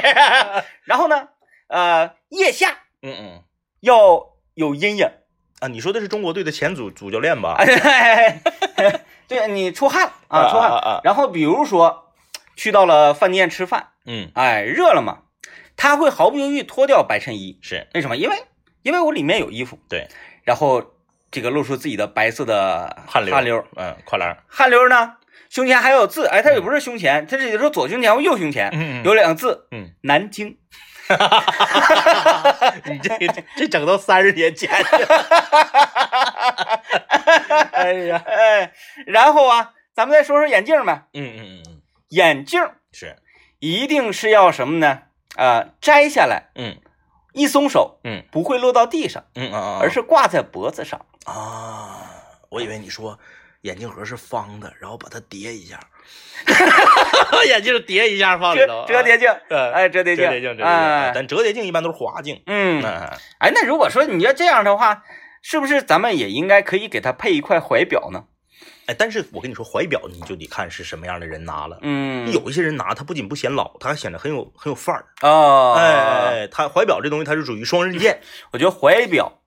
Speaker 1: 然后呢，呃，腋下。
Speaker 2: 嗯嗯
Speaker 1: 要有阴影。
Speaker 2: 啊，你说的是中国队的前主主教练吧？
Speaker 1: 哎， 对你出汗了啊，
Speaker 2: 啊
Speaker 1: 出汗
Speaker 2: 啊啊
Speaker 1: 了。然后比如说去到了饭店吃饭，
Speaker 2: 嗯，
Speaker 1: 哎，热了嘛，他会毫不犹豫脱掉白衬衣。
Speaker 2: 是
Speaker 1: 为什么？因为因为我里面有衣服，
Speaker 2: 对，
Speaker 1: 然后这个露出自己的白色的
Speaker 2: 汗流
Speaker 1: 汗流，
Speaker 2: 嗯，跨栏儿，
Speaker 1: 汗流呢，胸前还有字，哎，它也不是胸前，它只是左胸前或右胸前，
Speaker 2: 嗯
Speaker 1: 有两个字，
Speaker 2: 嗯，
Speaker 1: 南京。
Speaker 2: 你这个这整到三十年前去了，哎呀，
Speaker 1: 哎，然后啊，咱们再说说眼镜呗，
Speaker 2: 嗯嗯嗯嗯，
Speaker 1: 眼镜。
Speaker 2: 是，
Speaker 1: 一定是要什么呢？呃，摘下来，
Speaker 2: 嗯
Speaker 1: 一松手，
Speaker 2: 嗯
Speaker 1: 不会落到地上，
Speaker 2: 嗯啊啊，
Speaker 1: 而是挂在脖子上。
Speaker 2: 啊，我以为你说眼镜盒是方的，然后把它叠一下， 眼镜叠一下放里头
Speaker 1: 折，折叠镜，
Speaker 2: 啊，
Speaker 1: 哎，折叠镜，
Speaker 2: 折叠镜，折叠镜，啊
Speaker 1: 哎，
Speaker 2: 但折叠镜一般都是滑镜，
Speaker 1: 嗯，
Speaker 2: 嗯，
Speaker 1: 哎，那如果说你要这样的话，是不是咱们也应该可以给它配一块怀表呢？
Speaker 2: 哎，但是我跟你说，怀表你就得看是什么样的人拿了。
Speaker 1: 嗯，
Speaker 2: 有一些人拿它不仅不显老，它还显得很有很有范儿。
Speaker 1: 哦，
Speaker 2: 哎哎，哎，它怀表这东西它是属于双刃剑。
Speaker 1: 我觉得怀表，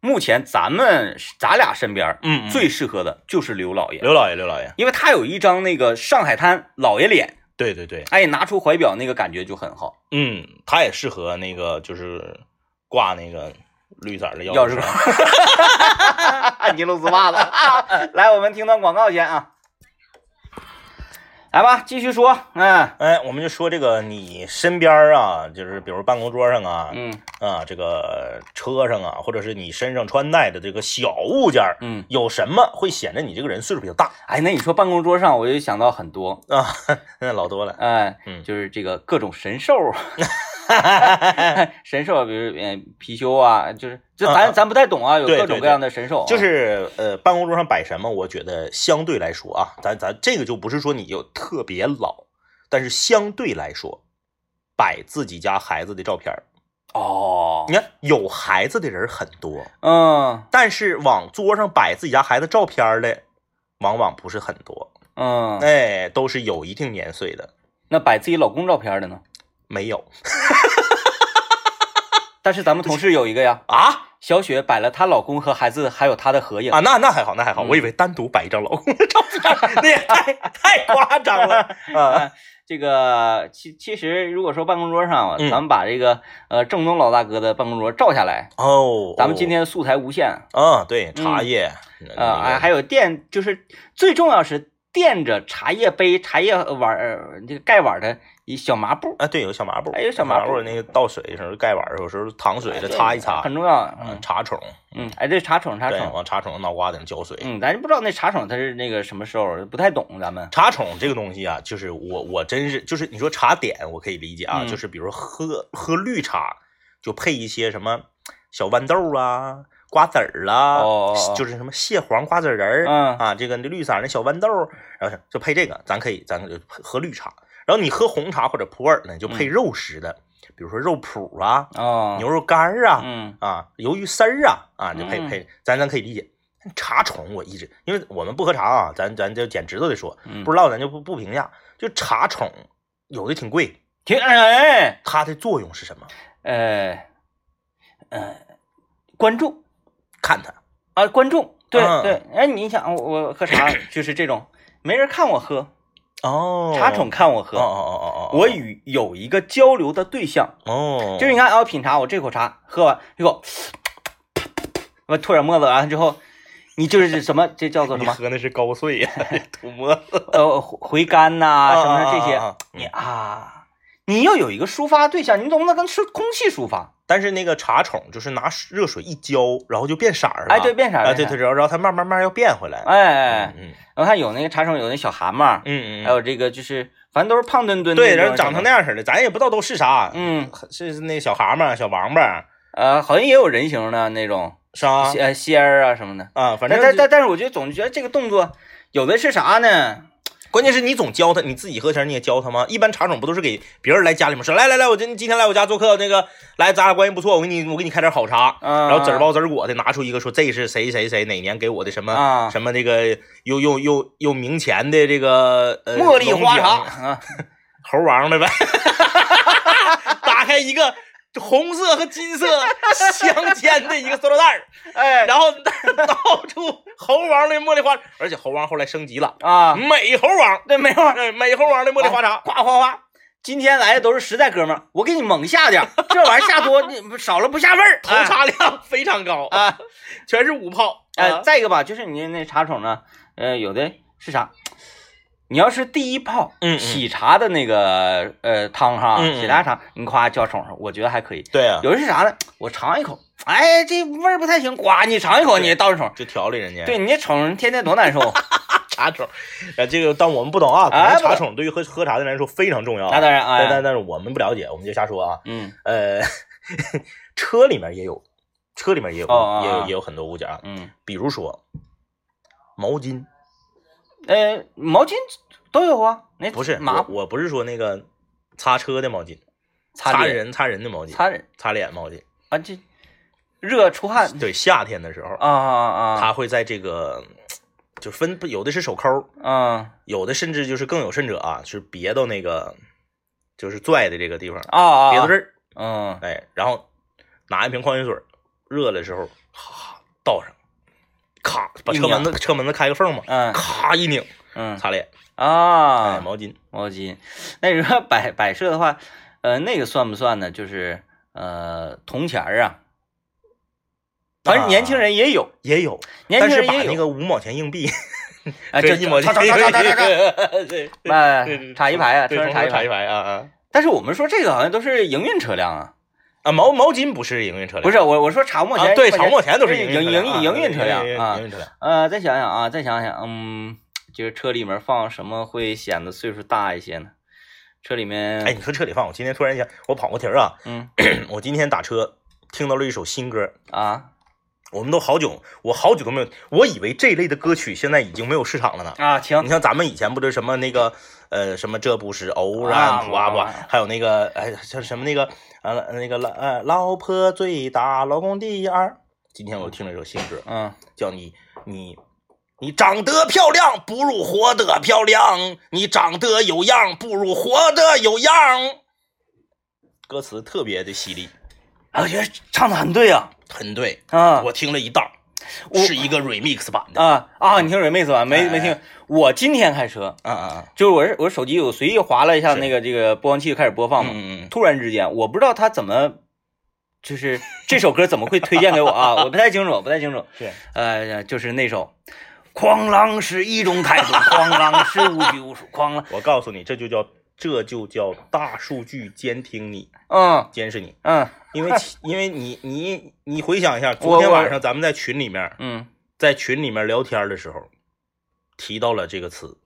Speaker 1: 目前咱们咱俩身边
Speaker 2: 嗯最
Speaker 1: 最适合的就是刘老爷，
Speaker 2: 刘老爷，刘老爷，
Speaker 1: 因为他有一张那个上海滩老爷脸，
Speaker 2: 对对对，
Speaker 1: 哎，拿出怀表那个感觉就很 好。
Speaker 2: 嗯，他也适合那个就是挂那个绿色的钥
Speaker 1: 钥匙
Speaker 2: 匙
Speaker 1: 扣尼龙丝 袜子。 来，我们听段广告先啊。来吧，继续说。嗯
Speaker 2: 哎，我们就说这个你身边儿啊，就是比如办公桌上啊，
Speaker 1: 嗯
Speaker 2: 啊，这个车上啊，或者是你身上穿戴的这个小物件儿，
Speaker 1: 嗯，
Speaker 2: 有什么会显得你这个人岁数比较大
Speaker 1: 哎，那你说办公桌上，我就想到很多，
Speaker 2: 啊？那老多了，
Speaker 1: 哎、
Speaker 2: 嗯
Speaker 1: 就是这个各种神兽，神兽，比如嗯貔貅啊，就是就咱、
Speaker 2: 嗯嗯
Speaker 1: 咱不太懂啊，有
Speaker 2: 对
Speaker 1: 各
Speaker 2: 对
Speaker 1: 种
Speaker 2: 对
Speaker 1: 各样的神兽啊、
Speaker 2: 就是呃，办公桌上摆什么，我觉得相对来说啊，咱咱这个就不是说你有特别老，但是相对来说，摆自己家孩子的照片儿，
Speaker 1: 哦
Speaker 2: 你，看有孩子的人很多，
Speaker 1: 嗯
Speaker 2: 但是往桌上摆自己家孩子照片儿的，往往不是很多，
Speaker 1: 嗯，
Speaker 2: 哎，都是有一定年岁的，
Speaker 1: 那摆自己老公照片的呢？
Speaker 2: 没有
Speaker 1: 但是咱们同事有一个呀，
Speaker 2: 啊
Speaker 1: 小雪摆了她老公和孩子还有她的合影
Speaker 2: 啊，那那还好，那还好，
Speaker 1: 嗯
Speaker 2: 我以为单独摆一张老公 的照片儿，那也太太夸张了 啊！
Speaker 1: 啊，这个其其实如果说办公桌上啊，
Speaker 2: 嗯
Speaker 1: 咱们把这个呃正宗老大哥的办公桌照下来，
Speaker 2: 哦，
Speaker 1: 咱们今天素材无限
Speaker 2: 啊，对茶叶
Speaker 1: 啊，还、还
Speaker 2: 有
Speaker 1: 有垫，就是最重要是垫着茶叶杯、茶叶碗儿这个盖碗的一小麻布，
Speaker 2: 啊，对，有小麻布，
Speaker 1: 哎有小麻
Speaker 2: 麻
Speaker 1: 布
Speaker 2: 那个倒水的时候盖碗儿，有时候淌水的
Speaker 1: 对
Speaker 2: 擦一擦，
Speaker 1: 很重要。
Speaker 2: 嗯
Speaker 1: 嗯
Speaker 2: 茶宠，
Speaker 1: 嗯，哎，对，茶宠茶
Speaker 2: 对，
Speaker 1: 宠，
Speaker 2: 往茶宠脑瓜顶浇水。
Speaker 1: 嗯，咱就不知道那茶宠它是那个什么时候，不太懂咱们。
Speaker 2: 茶宠这个东西啊，就是我我真是就是你说茶点我可以理解啊，
Speaker 1: 嗯
Speaker 2: 就是比如喝喝绿茶就配一些什么小豌豆啊、瓜子儿啦、
Speaker 1: 哦哦哦
Speaker 2: 就是什么蟹黄瓜子仁儿、
Speaker 1: 嗯
Speaker 2: 啊，这个绿色儿的小豌豆，然后就配这个，咱可以咱就喝绿茶。然后你喝红茶或者普洱呢，就
Speaker 1: 嗯
Speaker 2: 配肉食的，比如说肉脯啊、
Speaker 1: 哦，
Speaker 2: 牛肉干儿啊、
Speaker 1: 嗯
Speaker 2: 啊、鱿鱼丝儿啊啊，就配
Speaker 1: 嗯
Speaker 2: 配，咱咱可以理解。茶宠我一直，因为我们不喝茶啊，咱咱就捡指头的说，
Speaker 1: 嗯，
Speaker 2: 不知道咱就不不评价。就茶宠有的挺贵，
Speaker 1: 停，哎
Speaker 2: 它的作用是什么？
Speaker 1: 哎呃，关注
Speaker 2: 看它
Speaker 1: 啊，观众，对
Speaker 2: 嗯
Speaker 1: 对，哎，你想我我喝 茶就是这种，没人看我喝，
Speaker 2: 哦
Speaker 1: 茶宠看我喝，
Speaker 2: 哦哦哦哦哦，
Speaker 1: 我与有一个交流的对象，
Speaker 2: 哦
Speaker 1: 就是你看啊，我品茶，我这口茶喝完一口，我吐点沫子，完了之后，你就是什么，这叫做什
Speaker 2: 你
Speaker 1: 么？
Speaker 2: 喝那是高碎 呀，吐沫子
Speaker 1: 呃，回回甘呐、什么的这些，
Speaker 2: 啊
Speaker 1: 你
Speaker 2: 嗯
Speaker 1: 啊，你要有一个抒发对象，你总不能跟是空气抒发，
Speaker 2: 但是那个茶宠就是拿水热水一浇，然后就变色儿了。
Speaker 1: 哎，对，变啥？
Speaker 2: 啊，
Speaker 1: 变
Speaker 2: 对
Speaker 1: 啥
Speaker 2: 对，，然后然后它慢慢慢慢要变回来。
Speaker 1: 哎哎，哎
Speaker 2: 嗯
Speaker 1: 我看有那个茶宠，有那小蛤蟆，
Speaker 2: 嗯嗯
Speaker 1: 还
Speaker 2: 嗯，
Speaker 1: 有这个就是，反正都是胖墩墩的种
Speaker 2: 对，
Speaker 1: 什么，
Speaker 2: 然后长成那样式儿的，咱也不知道都是啥，
Speaker 1: 嗯，
Speaker 2: 是那小蛤蟆、小王八
Speaker 1: 呃，好像也有人形的那种，
Speaker 2: 是吧？
Speaker 1: 呃，仙儿啊什么的。
Speaker 2: 啊，反
Speaker 1: 但
Speaker 2: 正
Speaker 1: 但
Speaker 2: 就
Speaker 1: 但但是，我觉得总觉得这个动作有的是啥呢？
Speaker 2: 关键是你总教他，你自己喝前你也教他吗？一般茶种不都是给别人来家里面说，来来来，我今今天来我家做客，那个来咱俩关系不错，我给你我给你开点好茶，
Speaker 1: 啊，
Speaker 2: 然后籽儿包籽儿果的拿出一个说这是谁谁谁哪年给我的什么、
Speaker 1: 啊
Speaker 2: 什么那个又又又又明前的这个呃
Speaker 1: 茉莉花茶
Speaker 2: 龙井
Speaker 1: 啊，
Speaker 2: 猴王的呗， 打开一个红色和金色相间的一个塑料袋儿，
Speaker 1: 哎
Speaker 2: 然后倒出猴王的茉莉花，而且猴王后来升级了，
Speaker 1: 啊，
Speaker 2: 美猴王。
Speaker 1: 对，没错，啊
Speaker 2: 哎，美猴王 的茉莉花茶，
Speaker 1: 夸夸夸。今天来的都是实在哥们儿，我给你猛下 点儿，这玩意儿下多你少了不下味儿。
Speaker 2: 投茶量非常高，
Speaker 1: 哎啊，
Speaker 2: 全是五泡。
Speaker 1: 呃，
Speaker 2: 啊，
Speaker 1: 再一个吧，就是你那茶宠呢，呃，有的是啥？你要是第一泡，
Speaker 2: 嗯嗯
Speaker 1: 喜茶的那个呃汤哈，
Speaker 2: 嗯嗯
Speaker 1: 喜茶汤，你夸叫宠上，我觉得还可以。
Speaker 2: 对啊，
Speaker 1: 有的是啥呢？我尝一口，哎，这味儿不太行，呱，你尝一口，
Speaker 2: 对
Speaker 1: 你倒是宠，
Speaker 2: 就调理人家
Speaker 1: 对你这宠人天天多难 受。
Speaker 2: 茶宠，呃，这个但我们不懂啊，可
Speaker 1: 哎
Speaker 2: 能
Speaker 1: 不懂
Speaker 2: 茶宠对于喝喝茶的人来说非常重要啊。
Speaker 1: 那当然，
Speaker 2: 但但
Speaker 1: 哎，
Speaker 2: 但是我们不了解，我们就瞎说啊。
Speaker 1: 嗯
Speaker 2: 呃，车里面也有，车里面也有，
Speaker 1: 哦
Speaker 2: 也
Speaker 1: 啊
Speaker 2: 有
Speaker 1: 啊
Speaker 2: 也有很多物件啊，
Speaker 1: 嗯，
Speaker 2: 比如说毛巾，
Speaker 1: 呃，毛巾都有啊，那
Speaker 2: 不是
Speaker 1: 麻
Speaker 2: 我我不是说那个擦车的毛巾，
Speaker 1: 擦脸
Speaker 2: 人擦人的毛巾，
Speaker 1: 擦人
Speaker 2: 擦脸毛巾。
Speaker 1: 啊，这热出汗
Speaker 2: 对，夏天的时候
Speaker 1: 啊啊
Speaker 2: 它会在这个就分有的是手抠，
Speaker 1: 啊啊
Speaker 2: 有的甚至就是更有甚者啊，是别到那个就是拽的这个地方，
Speaker 1: 啊啊，
Speaker 2: 别到这儿，
Speaker 1: 嗯，
Speaker 2: 哎，然后拿一瓶矿泉水，热的时候哈倒上，咔把
Speaker 1: 一
Speaker 2: 车门
Speaker 1: 拧
Speaker 2: 子车门子开个缝嘛，
Speaker 1: 嗯
Speaker 2: 咔一拧，
Speaker 1: 嗯
Speaker 2: 擦脸，
Speaker 1: 啊
Speaker 2: 哎，，毛巾，
Speaker 1: 毛巾。那你说摆摆设的话，呃，那个算不算呢？就是呃，铜钱儿啊，反正年轻人也有，
Speaker 2: 也有，
Speaker 1: 年
Speaker 2: 啊但
Speaker 1: 轻
Speaker 2: 是
Speaker 1: 人
Speaker 2: 把
Speaker 1: 也
Speaker 2: 那
Speaker 1: 有。
Speaker 2: 个五毛钱硬币
Speaker 1: 啊，
Speaker 2: 和
Speaker 1: 这
Speaker 2: 一毛钱
Speaker 1: 插，插插插插插
Speaker 2: 对，对
Speaker 1: 哎
Speaker 2: 对，
Speaker 1: 插一排啊，
Speaker 2: 对
Speaker 1: 车
Speaker 2: 从
Speaker 1: 上插一
Speaker 2: 头插一
Speaker 1: 排。
Speaker 2: 排啊啊
Speaker 1: 但是我们说这个好像都是营运车辆啊，
Speaker 2: 啊，毛毛巾不是营运车辆，
Speaker 1: 不是我我说茶沫
Speaker 2: 啊，
Speaker 1: 钱，
Speaker 2: 对，
Speaker 1: 茶
Speaker 2: 长毛钱都是
Speaker 1: 营
Speaker 2: 运
Speaker 1: 营
Speaker 2: 营
Speaker 1: 营运车辆啊
Speaker 2: 营。运车辆，
Speaker 1: 呃，再想想啊，再想想，嗯，就是车里面放什么会显得岁数大一些呢？车里面，
Speaker 2: 哎，你说车里放，我今天突然想，我跑个题儿啊，
Speaker 1: 嗯
Speaker 2: 我今天打车听到了一首新歌，
Speaker 1: 啊
Speaker 2: 我们都好久，我好久都没有，我以为这类的歌曲现在已经没有市场了呢。
Speaker 1: 啊，
Speaker 2: 你
Speaker 1: 行，
Speaker 2: 像咱们以前不都什么那个呃什么这不是偶
Speaker 1: 啊
Speaker 2: 然普啊不
Speaker 1: 啊啊，
Speaker 2: 还有那个哎叫什么那个呃那个老呃老婆最大老公第二。今天我听了一首新歌，
Speaker 1: 嗯，
Speaker 2: 叫你你你长得漂亮不如活得漂亮，你长得有样不如活得有样。歌词特别的犀利，
Speaker 1: 啊我觉得唱的很对啊，
Speaker 2: 很对，
Speaker 1: 啊
Speaker 2: 我听了一档，
Speaker 1: 我
Speaker 2: 是一个 remix 版的。
Speaker 1: 啊啊，你听水妹子吧，没
Speaker 2: 哎
Speaker 1: 没听，我今天开车，
Speaker 2: 啊啊，
Speaker 1: 就是我是我手机我随意划了一下
Speaker 2: 是
Speaker 1: 那个这个播放器就开始播放嘛，
Speaker 2: 嗯嗯
Speaker 1: 突然之间我不知道他怎么。就是这首歌怎么会推荐给我啊？我不太清楚，不太清楚。
Speaker 2: 是
Speaker 1: 呃，就是那首《狂浪是一种态度》，狂浪是无拘无束，狂浪。
Speaker 2: 我告诉你，这就叫这就叫大数据监听你，
Speaker 1: 嗯
Speaker 2: 监视你，
Speaker 1: 嗯
Speaker 2: 因为其因为你你你回想一下，
Speaker 1: 我
Speaker 2: 昨天晚
Speaker 1: 我
Speaker 2: 上咱们在群里面
Speaker 1: 嗯
Speaker 2: 在群里面聊天的时候，提到了这个词，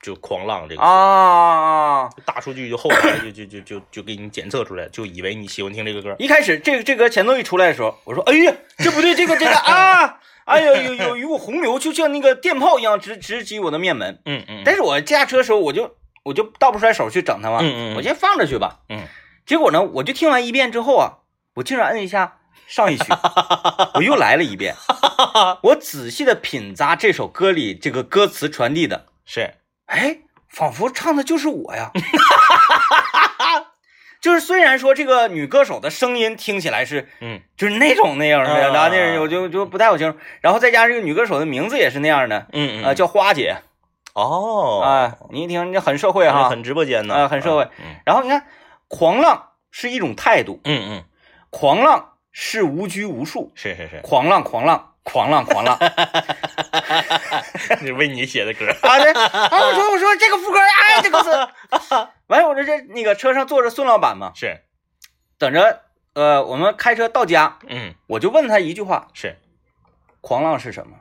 Speaker 2: 就狂浪这个词。
Speaker 1: 啊，
Speaker 2: 大数据就后台就就就就就给你检测出来，就以为你喜欢听这个歌。
Speaker 1: 一开始这个这个前奏一出来的时候，我说哎呀，这不对，这个这个啊，哎呀，有有一股洪流，就像那个电炮一样直直击我的面门。
Speaker 2: 嗯嗯
Speaker 1: 但是我驾车的时候，我就我就倒不出来手去整它嘛，
Speaker 2: 嗯嗯嗯
Speaker 1: 我先放着去吧。
Speaker 2: 嗯，
Speaker 1: 结果呢，我就听完一遍之后啊，我竟然摁一下上一 曲，我又来了一遍，我仔细的品咂这首歌里这个歌词传递的，
Speaker 2: 是
Speaker 1: 哎，仿佛唱的就是我 呀。就是虽然说这个女歌手的声音听起来是
Speaker 2: 嗯
Speaker 1: 就是那种那样的，
Speaker 2: 啊
Speaker 1: 然后那人我就就不太好听，然后再加上这个女歌手的名字也是那样的，
Speaker 2: 嗯
Speaker 1: 呃，叫花姐
Speaker 2: 哦
Speaker 1: 啊、你一听这很社会哈，
Speaker 2: 很直播间呢
Speaker 1: 啊很社会
Speaker 2: 嗯
Speaker 1: 然后你看，狂浪是一种态度，
Speaker 2: 嗯嗯，
Speaker 1: 狂浪是无拘无束，
Speaker 2: 是是是，
Speaker 1: 狂浪，狂浪，狂浪，狂浪 啊！
Speaker 2: 是 为你写的歌。
Speaker 1: 对，啊，我说我说这个副歌，哎，这个是， 完了，我这这那个车上坐着孙老板嘛，
Speaker 2: 是，
Speaker 1: 等着呃，我们开车到家，
Speaker 2: 嗯
Speaker 1: 我就问他一句话：
Speaker 2: 是，
Speaker 1: 狂浪是什么？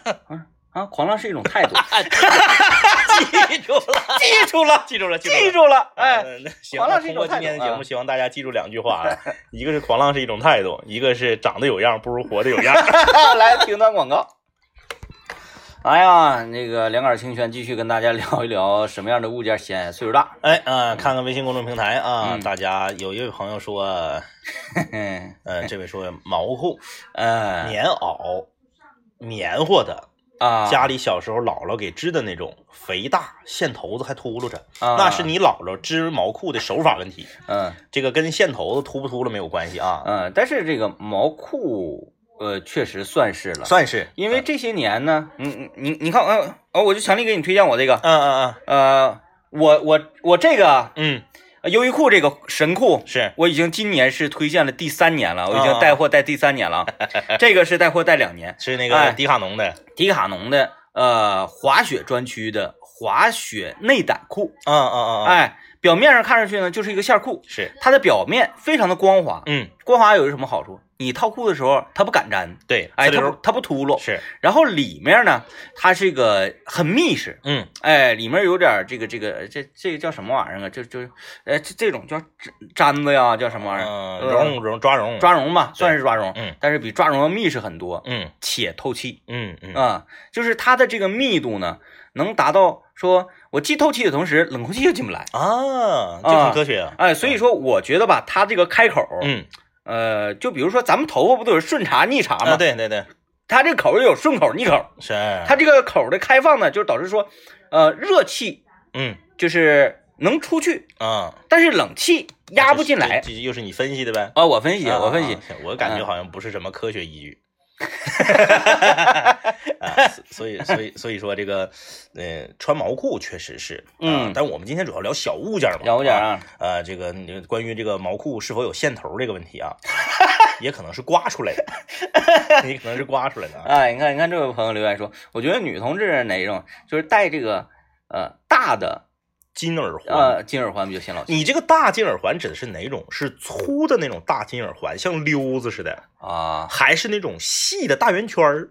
Speaker 1: 啊啊，狂浪是一种态度，
Speaker 2: 记住了，
Speaker 1: 记住了，
Speaker 2: 记住了，
Speaker 1: 记住了，哎，
Speaker 2: 嗯，行，
Speaker 1: 狂浪
Speaker 2: 那
Speaker 1: 是一种
Speaker 2: 通过今
Speaker 1: 态
Speaker 2: 天
Speaker 1: 度
Speaker 2: 的节
Speaker 1: 啊
Speaker 2: 目，希望大家记住两句话啊，一个是狂浪是一种态度，一个是长得有样不如活得有样。
Speaker 1: 来听段广告。哎呀，那个两杆清泉继续跟大家聊一聊什么样的物件显岁数大。
Speaker 2: 哎啊、看看微信公众平台啊，
Speaker 1: 嗯
Speaker 2: 大家有一位朋友说，
Speaker 1: 嗯，
Speaker 2: 呃，这位说毛裤、
Speaker 1: 呃，
Speaker 2: 棉袄、棉花的，
Speaker 1: 啊，
Speaker 2: 家里小时候姥姥给织的那种，肥大，线头子还秃噜着，
Speaker 1: 啊
Speaker 2: 那是你姥姥织毛裤的手法问 题，
Speaker 1: 嗯
Speaker 2: 这个跟线头子秃不秃噜没有关系啊，
Speaker 1: 嗯，但是这个毛裤，呃，确实算是了，
Speaker 2: 算是，
Speaker 1: 因为这些年呢，嗯你你你看，呃哦，我就强力给你推荐我这个，
Speaker 2: 嗯嗯
Speaker 1: 呃，我我我这个
Speaker 2: 嗯嗯，
Speaker 1: 呃优衣库这个神裤，
Speaker 2: 是，
Speaker 1: 我已经今年是推荐了第三年了，我已经带货带第三年了，这个是带货带两年，
Speaker 2: 是那个
Speaker 1: 哎
Speaker 2: 迪卡侬的，
Speaker 1: 迪卡侬的呃滑雪专区的滑雪内胆裤，
Speaker 2: 嗯嗯嗯嗯，
Speaker 1: 哎，表面上看上去呢就是一个线裤，
Speaker 2: 是，
Speaker 1: 它的表面非常的光滑，
Speaker 2: 嗯，
Speaker 1: 光滑有什么好处？你套裤的时候它不敢粘，
Speaker 2: 对，
Speaker 1: 哎，
Speaker 2: 这
Speaker 1: 它
Speaker 2: 溜
Speaker 1: 不它不秃噜。
Speaker 2: 是，
Speaker 1: 然后里面呢，它是一个很密实，
Speaker 2: 嗯，
Speaker 1: 哎，里面有点儿这个这个这这个叫什么玩意儿啊？就就呃这这种叫粘粘子呀，叫什么玩意儿？
Speaker 2: 嗯，
Speaker 1: 呃
Speaker 2: 绒绒抓绒，
Speaker 1: 抓绒吧，算是抓绒，
Speaker 2: 嗯
Speaker 1: 但是比抓绒要密实很多，
Speaker 2: 嗯
Speaker 1: 且透气
Speaker 2: 嗯嗯，
Speaker 1: 啊、就是它的这个密度呢，能达到说我既透气的同时，冷空气又进不来。
Speaker 2: 啊，这很科学啊，
Speaker 1: 哎，所以说我觉得吧，它这个开口，
Speaker 2: 嗯
Speaker 1: 呃，就比如说咱们头发不都有顺茬逆茬
Speaker 2: 啊，
Speaker 1: 吗？，
Speaker 2: 对对对，
Speaker 1: 它这个口儿有顺口逆口，
Speaker 2: 是，
Speaker 1: 它这个口儿的开放呢，就导致说，呃，热气
Speaker 2: 嗯
Speaker 1: 就是能出去，
Speaker 2: 啊，
Speaker 1: 但是冷气压不进来
Speaker 2: 这，这又是你分析的呗。
Speaker 1: 啊。我分析，我分析
Speaker 2: 啊，，啊我感觉
Speaker 1: 嗯
Speaker 2: 好像不是什么科学依据。 啊，所以所以所以说这个，呃，穿毛裤确实是，啊
Speaker 1: 嗯
Speaker 2: 但我们今天主要聊小物件嘛，
Speaker 1: 小物件
Speaker 2: 啊，
Speaker 1: 啊，
Speaker 2: 呃，这个你关于这个毛裤是否有线头这个问题 啊，也可能是刮出来的，也可能是刮出来的啊，
Speaker 1: 哎，你看，你看，这位朋友留言说，我觉得女同志哪一种就是戴这个呃大的
Speaker 2: 金耳环，
Speaker 1: 呃金耳环比较显老气
Speaker 2: 你这个大金耳环指的是哪种？是粗的那种大金耳环，像溜子似的，
Speaker 1: 啊
Speaker 2: 还是那种细的大圆圈儿？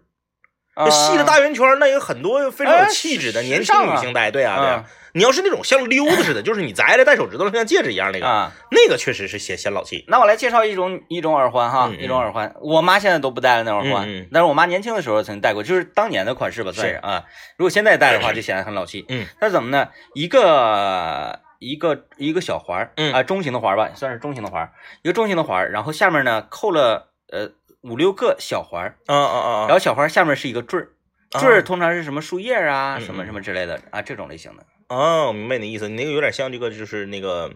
Speaker 2: 呃
Speaker 1: 啊
Speaker 2: 细的大圆圈儿，那有很多非常有气质的
Speaker 1: 哎时
Speaker 2: 年
Speaker 1: 时尚
Speaker 2: 轻
Speaker 1: 啊
Speaker 2: 女性戴，对啊，对
Speaker 1: 啊
Speaker 2: 啊。你要是那种像溜子似的，就是你摘了戴手指头像戒指一样那个，
Speaker 1: 啊。
Speaker 2: 那个确实是显显老气。
Speaker 1: 那我来介绍一种一种耳环哈，
Speaker 2: 嗯嗯
Speaker 1: 一种耳环，我妈现在都不戴了那耳环，
Speaker 2: 嗯嗯
Speaker 1: 但是我妈年轻的时候曾经戴过，就是当年的款式吧，算是啊。如果现在戴的话，就显得很老气。
Speaker 2: 嗯，
Speaker 1: 它是怎么呢？一个一个一个小环儿，
Speaker 2: 嗯
Speaker 1: 啊，中型的环儿吧，算是中型的环儿，一个中型的环儿，然后下面呢扣了呃五六个小环儿，
Speaker 2: 啊啊啊
Speaker 1: 然后小环儿下面是一个坠儿，
Speaker 2: 啊
Speaker 1: 坠儿通常是什么树叶啊，
Speaker 2: 嗯
Speaker 1: 什么
Speaker 2: 嗯
Speaker 1: 什么之类的啊，这种类型的。
Speaker 2: 哦，我明白你的意思，你那个有点像这个，就是那个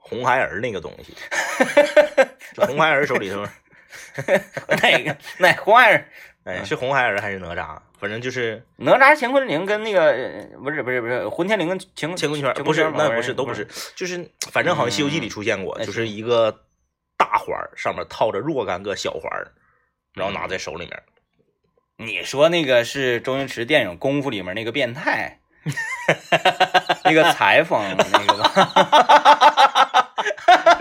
Speaker 2: 红孩儿那个东 西，就红孩儿手里头，
Speaker 1: 哪个哪红孩儿？
Speaker 2: 哎，是红孩儿还是哪吒？啊反正就是
Speaker 1: 哪吒、乾坤铃跟那个呃不是不是不是混天绫跟乾
Speaker 2: 乾坤圈，
Speaker 1: 乾
Speaker 2: 不是，
Speaker 1: 吗
Speaker 2: 那不是，都不是，，哎就是反正好像《西游记》里出现过，
Speaker 1: 嗯
Speaker 2: 就是一个大环儿上面套着若干个小环儿，然后拿在手里面。
Speaker 1: 你说那个是周星驰电影《功夫》里面那个变 态，那个裁缝那个 吧？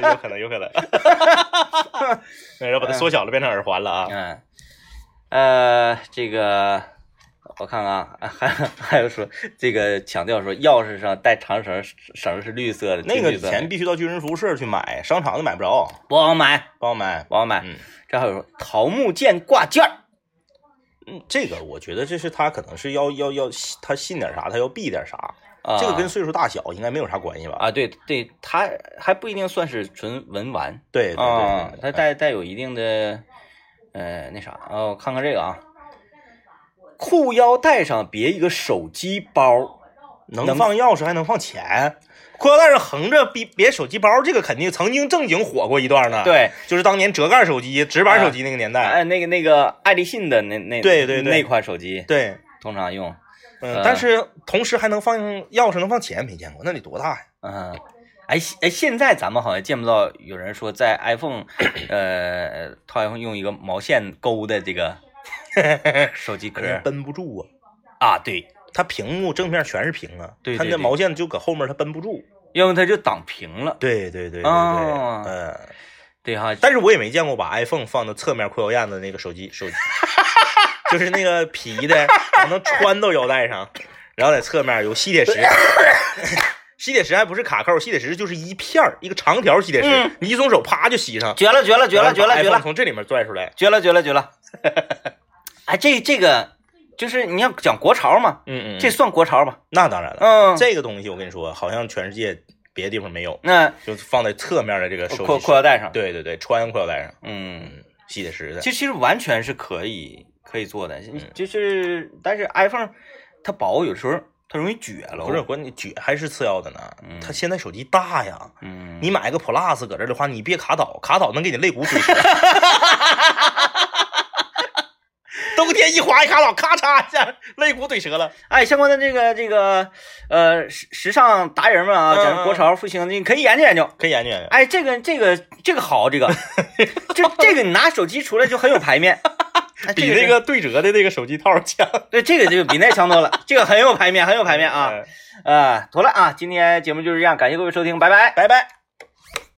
Speaker 2: 有可能，有可 能，哎然后把它缩小了，变成耳环了啊！
Speaker 1: 嗯，呃，这个我看看啊， 还还有说这个强调说钥匙上带长绳，绳是绿色的，
Speaker 2: 那
Speaker 1: 金
Speaker 2: 个
Speaker 1: 绿
Speaker 2: 以
Speaker 1: 色的
Speaker 2: 前必须到军人服务社去买，商场都买不着，
Speaker 1: 不好买，
Speaker 2: 帮我买。
Speaker 1: 不好买。
Speaker 2: 嗯
Speaker 1: 这还有说桃木剑挂件儿，
Speaker 2: 嗯，这个我觉得这是他可能是要要要他信点啥，他要避点啥，
Speaker 1: 啊
Speaker 2: 这个跟岁数大小应该没有啥关系吧？，
Speaker 1: 啊，对对，它还不一定算是纯文玩。
Speaker 2: 对对哎
Speaker 1: 啊，
Speaker 2: 对，
Speaker 1: 它带带有一定的，呃，那啥，哦，我看看这个啊，裤腰带上别一个手机包，
Speaker 2: 能放钥匙还能放钱，裤腰带上横着别别手机包，这个肯定曾经正经火过一段呢。，
Speaker 1: 对，
Speaker 2: 就是当年折盖手机、直板手机那个年代。
Speaker 1: 哎，那个那个爱立信的那那
Speaker 2: 对对对
Speaker 1: 那款手机
Speaker 2: 对，
Speaker 1: 通常用，
Speaker 2: 嗯
Speaker 1: 呃，
Speaker 2: 但是同时还能放钥匙，能放钱，没见过，那得多大呀？
Speaker 1: 嗯、哎现哎，现在咱们好像见不到有人说在 iPhone，呃，套 iPhone 用一个毛线勾的这 个手机壳
Speaker 2: 人绷不住啊，
Speaker 1: 啊，对，
Speaker 2: 它屏幕正面全是屏啊，
Speaker 1: 对对
Speaker 2: 它那
Speaker 1: 对
Speaker 2: 毛线就搁后面，它绷不住。
Speaker 1: 要不它就挡屏了，
Speaker 2: 对对对对对，
Speaker 1: 哦
Speaker 2: 嗯。
Speaker 1: 对哈，
Speaker 2: 但是我也没见过把 iPhone 放到侧面裤腰燕的那个手机手 机，就是那个皮的，然后能穿到腰带上，然后在侧面有吸铁石， 吸铁石还不是卡扣，吸铁石就是一片儿一个长条吸铁石，
Speaker 1: 嗯
Speaker 2: 你一松手啪就吸上，
Speaker 1: 绝了绝了绝了绝了
Speaker 2: 然
Speaker 1: 绝
Speaker 2: 后把 iPhone
Speaker 1: 了。
Speaker 2: 从这里面拽出来，
Speaker 1: 绝了，绝了，绝了！ 哎，这这个就是你要讲国潮嘛，
Speaker 2: 嗯嗯，
Speaker 1: 这算国潮吧？
Speaker 2: 那当然了，
Speaker 1: 嗯，
Speaker 2: 这个东西我跟你说，好像全世界别的地方没有，
Speaker 1: 那
Speaker 2: 就放在侧面的这个手
Speaker 1: 裤
Speaker 2: 机
Speaker 1: 裤腰带上，，
Speaker 2: 对对对，穿裤腰带上，
Speaker 1: 嗯，
Speaker 2: 嗯，吸铁石的，
Speaker 1: 其实其实完全是可以可以做的，
Speaker 2: 嗯
Speaker 1: 就是但是 iPhone 它薄，有时候它容易撅了，
Speaker 2: 不是，关键撅还是次要的呢
Speaker 1: 嗯，
Speaker 2: 它现在手机大呀，
Speaker 1: 嗯，
Speaker 2: 你买个 Plus 搁这儿的话，你别卡倒，卡倒能给你肋骨怼折。 冬天一滑一卡倒，咔嚓一下肋骨怼折了。
Speaker 1: 哎，相关的这个这个呃时时尚达人们啊，
Speaker 2: 嗯
Speaker 1: 讲国潮复兴，你可以研究研究。
Speaker 2: 可以研究研究。
Speaker 1: 哎，这个这个这个好， 这个这这个你拿手机出来就很有排面，哎这
Speaker 2: 比
Speaker 1: 是
Speaker 2: 那个对折的那个手机套强。
Speaker 1: 对，这个就比那强多了，这个 很有排面，很有排面啊！
Speaker 2: 嗯
Speaker 1: 啊，妥了啊，今天节目就是这样，感谢各位收听，拜拜。
Speaker 2: 拜拜。